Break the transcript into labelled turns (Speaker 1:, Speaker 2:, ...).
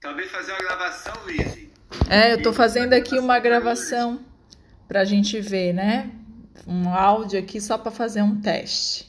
Speaker 1: Talvez fazer uma gravação, Luiz.
Speaker 2: É, eu tô fazendo aqui uma gravação pra gente ver, né? Um áudio aqui só pra fazer um teste.